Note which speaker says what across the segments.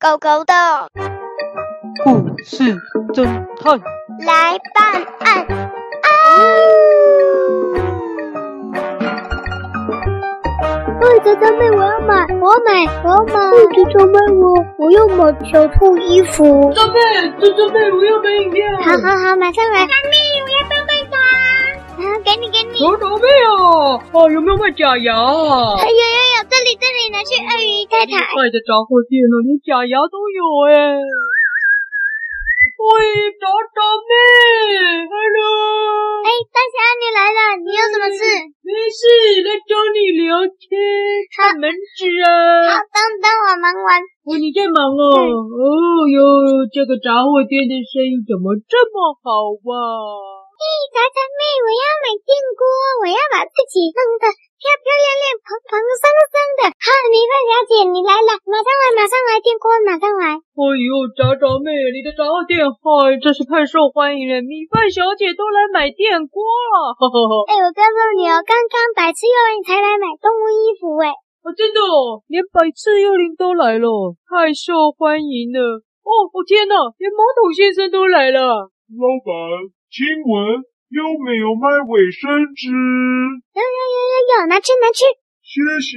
Speaker 1: 狗狗的
Speaker 2: 故事侦探
Speaker 1: 来办案啊！
Speaker 3: 喂，小张嗯妹，我要买，我要买，我要买！喂，
Speaker 4: 小张妹，我我要买小兔衣服。
Speaker 5: 张妹，小张妹，我要买饮料。
Speaker 3: 好好好，马上来！
Speaker 6: 张妹，我要棒棒糖。
Speaker 3: 啊，给你给你！
Speaker 5: 小张妹啊，啊，有没有卖假牙啊？
Speaker 3: 哎呦！这里这里拿去哎鳄鱼太太。
Speaker 5: 卖的杂货店了，连假牙都有哎。喂，找找妹，hello。
Speaker 3: 哎，大侠你来了，你有什么事？
Speaker 5: 没事，来找你聊天，看门子啊。
Speaker 3: 好，等等我忙完。
Speaker 5: 哦，你在忙哦。哦哟，这个杂货店的生意怎么这么好啊？
Speaker 3: 嘿，杂杂妹，我要买电锅，我要把自己弄得漂漂亮亮、蓬蓬松松的。好，明白了解，你来了，马上来，马上来，电锅马上来。
Speaker 5: 哎呦，杂杂妹，你的杂货店好，真是太受欢迎了，米饭小姐都来买电锅了。呵呵呵
Speaker 3: 哎，我告诉你哦，刚刚百事幼儿才来买动物衣服哎。
Speaker 5: 哦，真的哦，连百事幽灵都来了，太受欢迎了。哦，我、哦、天哪，连毛头先生都来了。
Speaker 7: 老板，请问有没有卖卫生纸？
Speaker 3: 有有有有有，拿去拿去。
Speaker 7: 谢谢。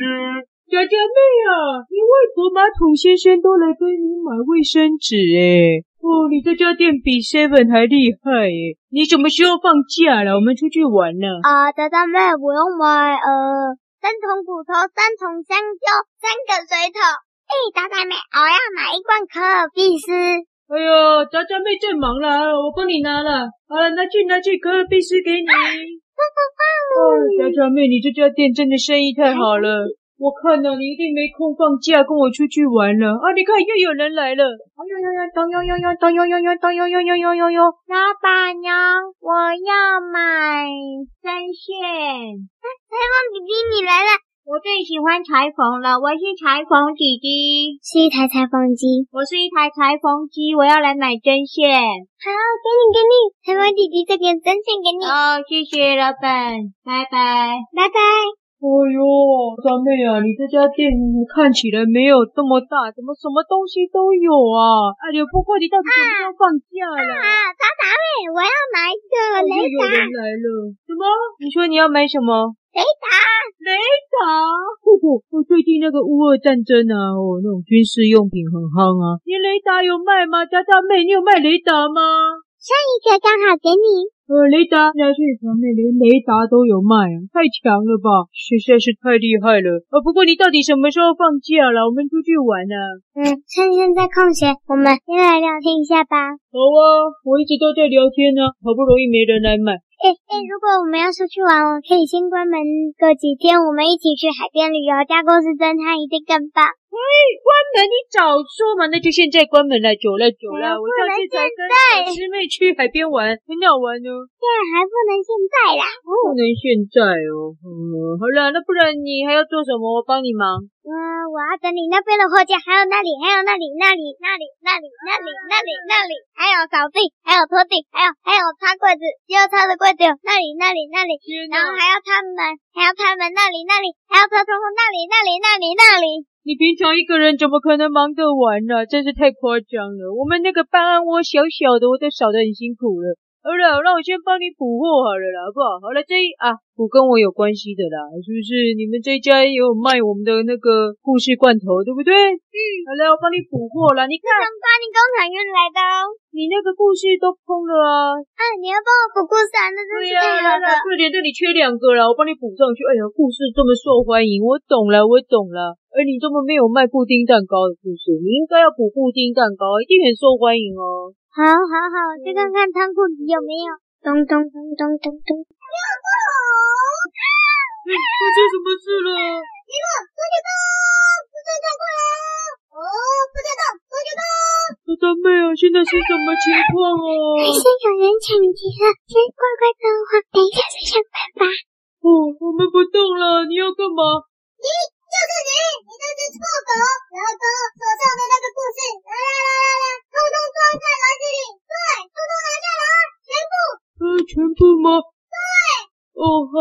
Speaker 5: 佳佳妹啊，你外婆马桶先生都来跟你买卫生纸诶哦，你这家店比 Seven 还厉害诶你什么时候放假了？我们出去玩呢。
Speaker 3: 啊，佳佳妹，我要买呃三桶骨头、三桶香蕉、三个水桶。哎，佳佳妹，我要买一罐可尔必斯。
Speaker 5: 哎呦，佳佳妹正忙啦，我帮你拿了。好了，拿去拿去，可尔必斯给你。
Speaker 3: 嗯
Speaker 5: 哦，佳佳妹，你这家店真的生意太好了。我看到你一定没空放假跟我出去玩了啊！你看又有人来了，哎呦呦呦，当呦呦呦，当呦呦呦，当呦呦呦呦呦呦！
Speaker 6: 老板娘，我要买针线。
Speaker 3: 裁缝弟弟你来了，
Speaker 6: 我最喜欢裁缝了，我是裁缝弟弟，
Speaker 3: 是一台裁缝机，
Speaker 6: 我是一台裁缝机，我要来买针线。
Speaker 3: 好，给你给你，裁缝弟弟这边针线给你。
Speaker 6: 哦，谢谢老板，拜拜，
Speaker 3: 拜拜。
Speaker 5: 哎呦，三妹啊，你这家店看起来没有这么大，怎么什么东西都有啊？哎呦，不过你到底什么时候放假了？
Speaker 3: 啊，渣渣妹，我要买一个雷
Speaker 5: 达。又有人来了，什么？你说你要买什么？
Speaker 3: 雷达，
Speaker 5: 雷达。嚯嚯，我哦最近那个乌俄战争啊，哦，那种军事用品很夯啊。你雷达有卖吗？渣渣妹，你有卖雷达吗？
Speaker 3: 上一个刚好给你。
Speaker 5: 呃，雷达，家去场内连雷达都有卖啊，太强了吧，实在是太厉害了。呃、哦，不过你到底什么时候放假了？我们出去玩呢、
Speaker 3: 啊。嗯，趁现在空闲，我们先来聊天一下吧。
Speaker 5: 好啊，我一直都在聊天呢、啊，好不容易没人来买。
Speaker 3: 哎哎，如果我们要出去玩，我可以先关门个几天，我们一起去海边旅游，加公司侦探一定更棒。
Speaker 5: 喂，关门！你早说嘛，那就现在关门了，久了久了。我上次才跟小师妹去海边玩，很好玩哦。
Speaker 3: 对，还不能现在啦，
Speaker 5: 不能现在哦。嗯，好了，那不然你还要做什么？我帮你忙。
Speaker 3: 嗯，我要整理那边的货架，还有那里，还有那里，那里，那里，那里，那里，那里，那里，还有扫地，还有拖地，还有还有擦柜子，只有擦的柜子有那里，那里，那里，然后还要擦门，还要擦门那里，那里，还要擦窗户那里，那里，那里，那里。
Speaker 5: 你平常一个人怎么可能忙得完呢、啊？真是太夸张了！我们那个办案窝小小的，我都扫得很辛苦了。好了，那我先帮你补货好了啦，好不好？好了，这一啊，补跟我有关系的啦，是不是？你们这家也有卖我们的那个故事罐头，对不对？
Speaker 3: 嗯。
Speaker 5: 好了，我帮你补货了。你看，
Speaker 3: 瓜你工厂运来的哦。
Speaker 5: 你那个故事都空了啊。
Speaker 3: 啊，你要帮我补故事啊？那真是太好了。
Speaker 5: 快点，这里缺两个了，我帮你补上去。哎呀，故事这么受欢迎，我懂了，我懂了。而你这么没有卖布丁蛋糕的故事，你应该要补布丁蛋糕，一定很受欢迎哦。
Speaker 3: 好好好，去看看仓库里有没有。咚咚咚咚咚咚。
Speaker 5: 嗯，出现什么事了？
Speaker 8: 一个不知道，不知道过来。哦，不知道，不知道。
Speaker 5: 大大妹啊，现在是什么情况 啊？
Speaker 3: 是有人抢劫了，先乖乖等我，等一下再想办法。
Speaker 5: 哦，我们不动了，你要干嘛？
Speaker 8: 你就是你，你那只臭狗，然后手上的那个故事，来来来来来，通通装在篮子里，对，通通拿下来，全部。
Speaker 5: 呃，全部吗？
Speaker 8: 对。
Speaker 5: 哦好，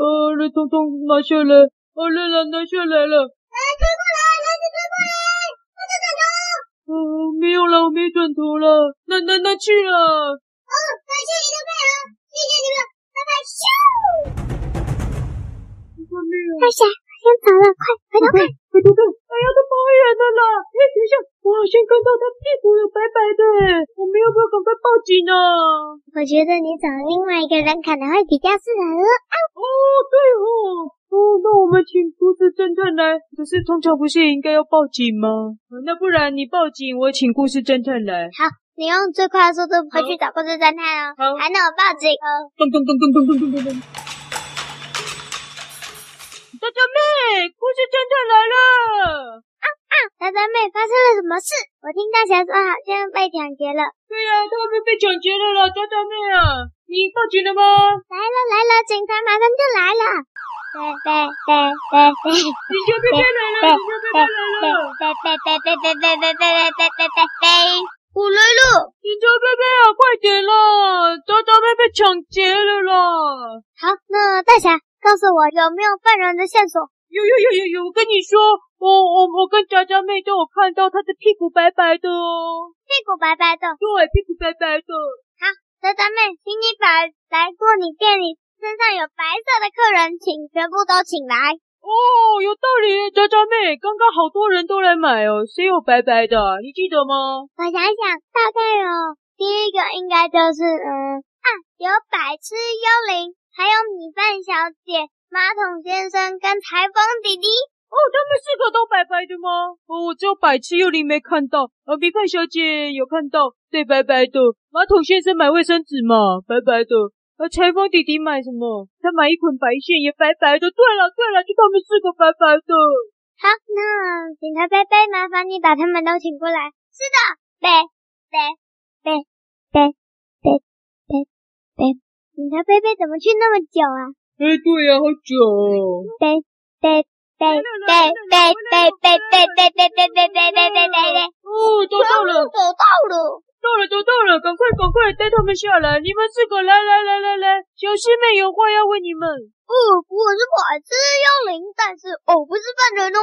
Speaker 5: 呃，那通通拿下来，哦，来了，拿下来了。
Speaker 8: 来，推过来，篮子推过来，不准走。
Speaker 5: 我哦没准头了，那那那去了。
Speaker 8: 哦，感谢你的配合，谢谢你们，拜拜。咻！
Speaker 3: 大侠，天早了，快回头看。
Speaker 5: 哎等等，哎呀，他跑远了啦！哎，等一下，我好像看到他屁股有白白的，哎我们要不要赶快报警啊？
Speaker 3: 我觉得你找另外一个人可能会比较适合。
Speaker 5: 哦，对哦，哦，那我们请竹子侦探来。可是通常不是应该要报警吗？呃那不然你报警，我请故事侦探来。
Speaker 3: 你用最快的速度回去找故事侦探哦，
Speaker 5: 好，
Speaker 3: 还能我报警哦。
Speaker 5: 咚咚咚咚咚咚咚咚咚。大家妹，故事侦探来了。
Speaker 3: 大三妹发生了什么事？我听大侠说好像被抢劫了。
Speaker 5: 对呀、他们被抢劫了啦，大大妹啊，你报警了吗？
Speaker 3: 来了来了，警察马上就来了。贝贝贝贝
Speaker 5: 警察贝贝来了，警察贝贝来了。
Speaker 3: 贝贝贝贝贝贝贝贝贝贝贝，我来了。
Speaker 5: 警察贝贝啊，快点啦！大大妹被抢劫了啦！
Speaker 3: 好，那大侠告诉我有没有犯人的线索？
Speaker 5: 有有有有有，我跟你说，我我我跟佳佳妹都有看到她的屁股白白的哦，
Speaker 3: 屁股白白的，
Speaker 5: 对，屁股白白的。
Speaker 3: 大三妹，请你把来过你店里身上有白色的客人，请全部都请来。
Speaker 5: 哦，有道理耶，佳佳妹，刚刚好多人都来买哦，谁有白白的啊？你记得吗？
Speaker 3: 我想想，大概有第一个应该就是嗯啊，有百痴幽灵，还有米饭小姐、马桶先生跟裁缝弟弟。
Speaker 5: 哦，他们四个都白白的吗？哦，我只有百七幽灵没看到，而米饭小姐有看到，对，白白的。马桶先生买卫生纸嘛，白白的。而裁缝弟弟买什么？他买一捆白线也白白的。对了对了，就他们四个白白的。
Speaker 3: 好，那警察贝贝，麻烦你把他们都请过来。是的，贝贝贝贝贝贝贝，警察贝贝怎么去那么久啊？
Speaker 5: 哎，对呀、好久、哦。
Speaker 3: 贝贝贝贝贝贝贝贝贝贝贝贝贝贝贝，
Speaker 5: 哦，都到了，
Speaker 3: 走到了。
Speaker 5: 到了，都到了，赶快赶快带他们下来！你们四个来来来来来，小师妹有话要问你们。
Speaker 3: 哦，我是百痴幽灵，但是我不是犯人哦。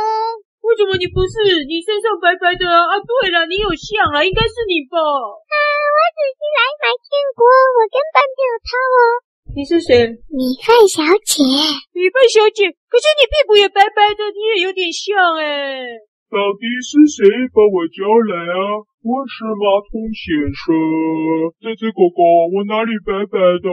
Speaker 5: 为什么你不是？你身上白白的啊！啊对了，你有像啊，应该是你吧？
Speaker 3: 哎我只是来买坚果，我根本没有偷哦。
Speaker 5: 你是谁？
Speaker 3: 米饭小姐，
Speaker 5: 米饭小姐，可是你屁股也白白的，你也有点像哎、
Speaker 7: 到底是谁把我叫来啊？我是马桶先生。这只狗狗，我哪里白白的？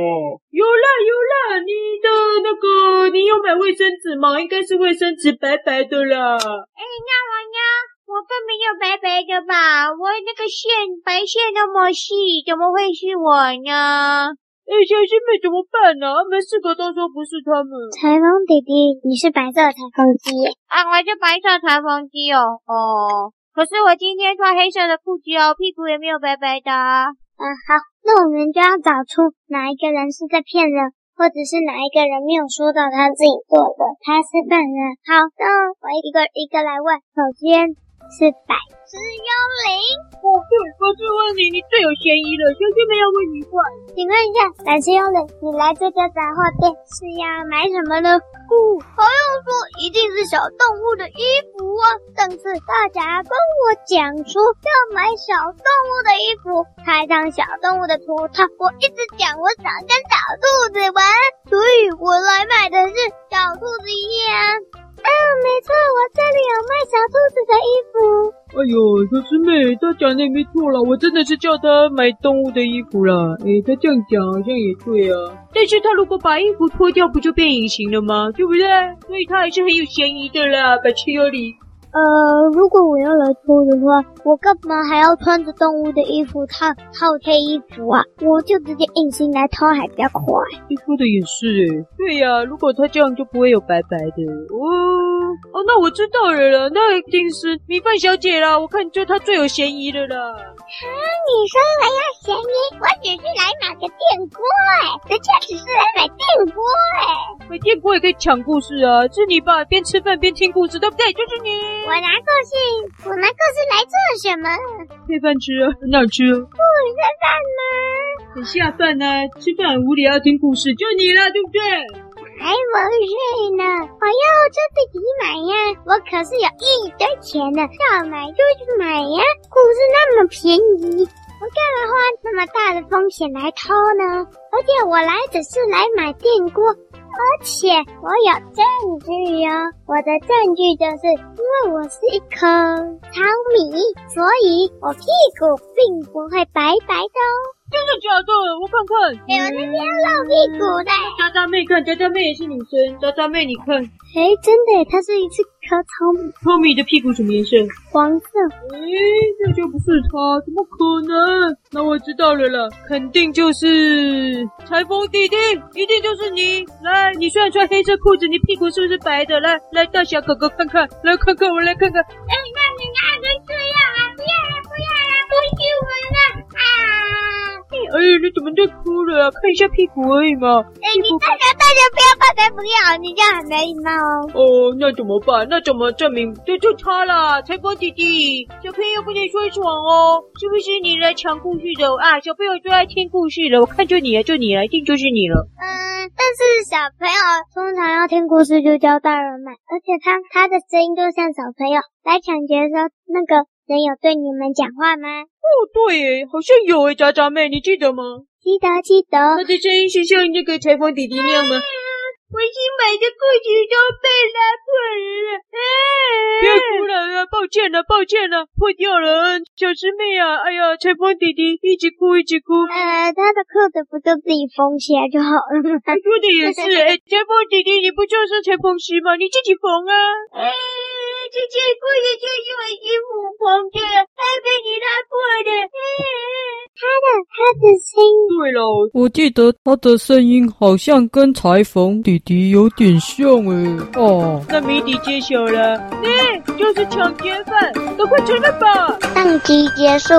Speaker 5: 有啦有啦，你的那个，你有买卫生纸吗？应该是卫生纸白白的啦。哎
Speaker 6: 大王呀，我根本就白白的吧？我那个线白线那么细，怎么会是我呢？
Speaker 5: 哎、小师妹怎么办呢、啊？他们四个都说不是他们。
Speaker 3: 裁缝弟弟，你是白色的裁缝机耶，
Speaker 6: 啊，我是白色裁缝机哦哦。可是我今天穿黑色的裤子哦，屁股也没有白白的啊。
Speaker 3: 嗯，好，那我们就要找出哪一个人是在骗人，或者是哪一个人没有说到他自己做的，他是犯人。好，那我一个一个来问。首先是百只幽灵，
Speaker 5: 哦，对，我是问你，你最有嫌疑了。小师妹要问你话。
Speaker 3: 请问一下，百只幽灵，你来这家杂货店是要买什么呢？哦，不用说，一定是小动物的衣服啊！上次大侠跟我讲说要买小动物的衣服，还上小动物的图套，我一直讲我想跟小兔子玩，所以我来买的是小兔子衣啊。啊，没错，我这里有卖小兔子的衣服。
Speaker 5: 哎呦，小师妹，她讲的也没错啦，我真的是叫她买动物的衣服啦。哎，她这样讲好像也对啊。但是她如果把衣服脱掉，不就变隐形了吗？对不对？所以她还是很有嫌疑的啦，白痴幽灵。
Speaker 3: 呃，如果我要来脱的话，我干嘛还要穿着动物的衣服套套黑衣服啊？我就直接硬心来偷还比较快。
Speaker 5: 你说的也是诶。对呀、如果她这样就不会有白白的哦。哦，那我知道了啦，那一定是米饭小姐啦，我看就她最有嫌疑的啦。
Speaker 3: 你说我要嫌疑，我只是来买个电锅哎，人家只是来买电锅哎。
Speaker 5: 每天我也可以抢故事啊，是你吧？边吃饭边听故事，对不对？就是你。
Speaker 3: 我拿故事，我拿故事来做什么？
Speaker 5: 配饭吃啊，很好吃啊。
Speaker 3: 你在干嘛？
Speaker 5: 等下饭呢、吃饭很无聊，要听故事，就你了，对不对？
Speaker 3: 还没睡哎呢，哎我要这自己买呀，我可是有一堆钱呢，要买就去买呀。故事那么
Speaker 4: 么便宜？
Speaker 3: 我干嘛花那么大的风险来偷呢？而且我来只是来买电锅，而且我有证据哟、我的证据就是因为我是一颗糙米，所以我屁股并不会白白的哦。
Speaker 5: 真的假的？我看看。嗯
Speaker 3: 哎呦，那边露屁股的，
Speaker 5: 渣渣妹看，渣渣妹也是女生。渣渣妹，你看，
Speaker 3: 哎，真的耶，它是一只颗糙米，
Speaker 5: Tommy 的屁股什么颜色？
Speaker 3: 黄色。
Speaker 5: 诶，那哎就不是他，怎么可能？那我知道了啦，肯定就是裁缝弟弟，一定就是你。来，你虽然穿黑色裤子，你屁股是不是白的？来，来，大侠哥哥看看，来看看我，来看看。
Speaker 6: 哎，那你爱成这样啊！不要了，不要了，不许我了啊！
Speaker 5: 哎，你怎么在哭了、啊？看一下屁股而已嘛。
Speaker 3: 哎，你大家大家不要抱才不要，你这样很没礼貌哦。
Speaker 5: 哦，那怎么办？那怎么证明？这就他啦，裁缝弟弟。小朋友不能说谎哦，是不是你来讲故事的啊？小朋友最爱听故事了，我看就你啊了，就你了，一定就是你了。
Speaker 3: 嗯，但是小朋友通常要听故事就叫大人买，而且他他的声音就像小朋友。来抢劫的时候，那个人有对你们讲话吗？
Speaker 5: 哦，对耶，好像有诶，渣渣妹，你记得吗？
Speaker 3: 记得记得。
Speaker 5: 他的声音是像那个裁缝弟弟那样吗？
Speaker 6: 我新买的裤子都被拉破了，哎、
Speaker 5: 不要哭了啊！抱歉了，抱歉了，破掉了啊，小师妹啊！哎呀，裁缝弟弟一直哭，一直哭。
Speaker 3: 呃，他的裤子不就自己缝起来就好了吗？
Speaker 5: 他说的也是，哎，裁缝弟弟，你不就是裁缝师吗？你自己缝啊！
Speaker 6: 哎，这件裤子就是我衣服缝的，还被你拉破的。哎、
Speaker 3: 他的声音
Speaker 5: 对喽，
Speaker 2: 我记得他的声音好像跟裁缝弟弟有点像诶。哦，
Speaker 5: 那谜底揭晓了，哎，就是抢劫犯，都快成了吧？
Speaker 1: 上集结束。